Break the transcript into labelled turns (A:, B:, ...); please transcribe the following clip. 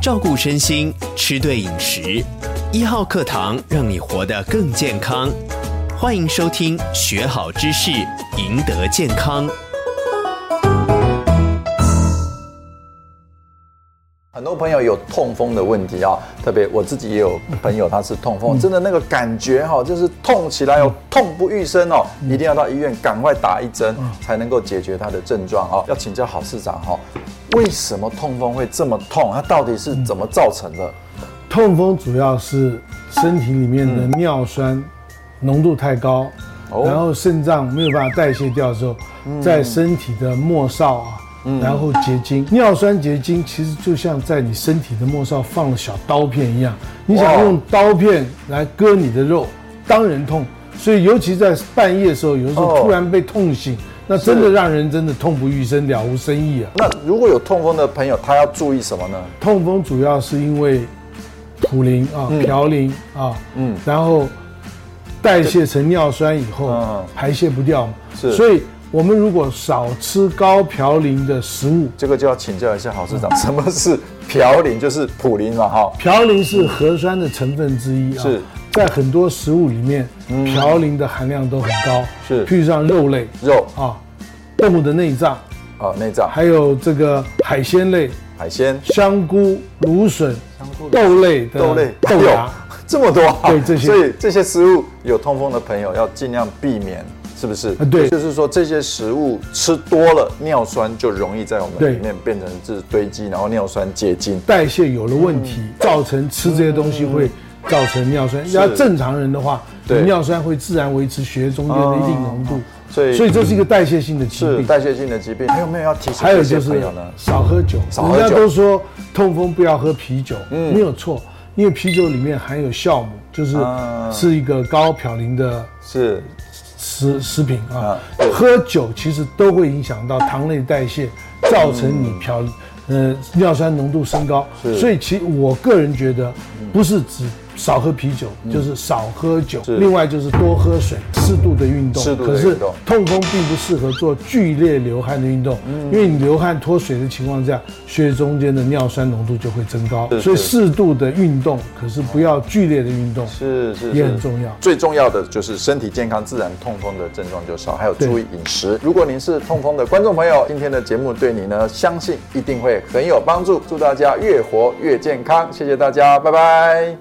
A: 照顾身心，吃对饮食。一号课堂让你活得更健康，欢迎收听，学好知识，赢得健康。
B: 很多朋友有痛风的问题啊、特别我自己也有朋友他是痛风，真的那个感觉哈、就是痛起来哦，痛不欲生哦，一定要到医院赶快打一针，才能够解决他的症状哦。要请教郝市长哈、为什么痛风会这么痛？它到底是怎么造成的？
C: 痛风主要是身体里面的尿酸浓度太高，
B: 哦
C: 然后肾脏没有办法代谢掉的时候，在身体的末梢啊，
B: 嗯
C: 然后结晶。尿酸结晶其实就像在你身体的末梢放了小刀片一样，你
B: 哇
C: 想用刀片来割你的肉，当然痛。所以尤其在半夜的时候，有的时
B: 哦
C: 候突然被痛醒，那真的让人真的痛不欲生，了无生意啊。
B: 那如果有痛风的朋友，他要注意什么呢？
C: 痛风主要是因为普林啊、嘌呤啊，
B: 嗯
C: 嗯，然后代谢成尿酸以后
B: 嗯
C: 排泄不掉嘛，
B: 是
C: 所以我们如果少吃高嘌呤的食物，
B: 这个就要请教一下郝市长，什么是嘌呤？就是普林嘛哈、
C: 嘌呤是核酸的成分之一啊，
B: 是嗯
C: 在很多食物里面，嘌呤的含量都很高，
B: 是
C: 譬如像肉类
B: 肉
C: 啊、动物的内脏，
B: 啊、内脏、
C: 还有这个海鲜类、
B: 海鲜、
C: 香菇、芦笋、豆类的
B: 豆类、
C: 嗯豆芽。
B: 这么多、啊，
C: 对这些
B: 所以这些食物有痛风的朋友要尽量避免，是不是？
C: 啊对
B: 就是说这些食物吃多了，尿酸就容易在我
C: 对
B: 们里面变成是堆积，然后尿酸结晶。
C: 代谢有了问题，
B: 嗯
C: 造成吃这些东西会造成尿酸。要正常人的话，你
B: 对嗯
C: 尿酸会自然维持血液中间的一定浓度，
B: 所以
C: 所以这是一个代谢性的疾
B: 是
C: 病。
B: 代谢性的疾病，还有没有要提醒
C: 嗯还有
B: 这
C: 就
B: 些
C: 是
B: 朋友呢？
C: 少喝酒，
B: 少喝酒嗯
C: 人家都说痛风不要喝啤酒，没有错，因为啤酒里面含有酵母，就是
B: 啊
C: 是一个高嘌呤的
B: 是
C: 食食品啊
B: 啊对，
C: 喝酒其实都会影响到糖类代谢，造成你漂呃尿酸浓度升高。
B: 嗯是
C: 所以其我个人觉得，不是只少喝啤酒，就是少喝酒，
B: 嗯是
C: 另外就是多喝水，适度的运动。
B: 适度的
C: 可是
B: 运动
C: 痛风并不适合做剧烈流汗的运动，
B: 嗯
C: 因为你流汗脱水的情况下，血液中间的尿酸浓度就会增高
B: 是。
C: 所以
B: 是
C: 适度的运动，可是不要剧烈的运动，
B: 是是
C: 也
B: 是
C: 很重要。
B: 最重要的就是身体健康，自然痛风的症状就少，还有注意饮食。如果您是痛风的观众朋友，今天的节目对你呢，相信一定会很有帮助。祝大家越活越健康，谢谢大家，拜拜。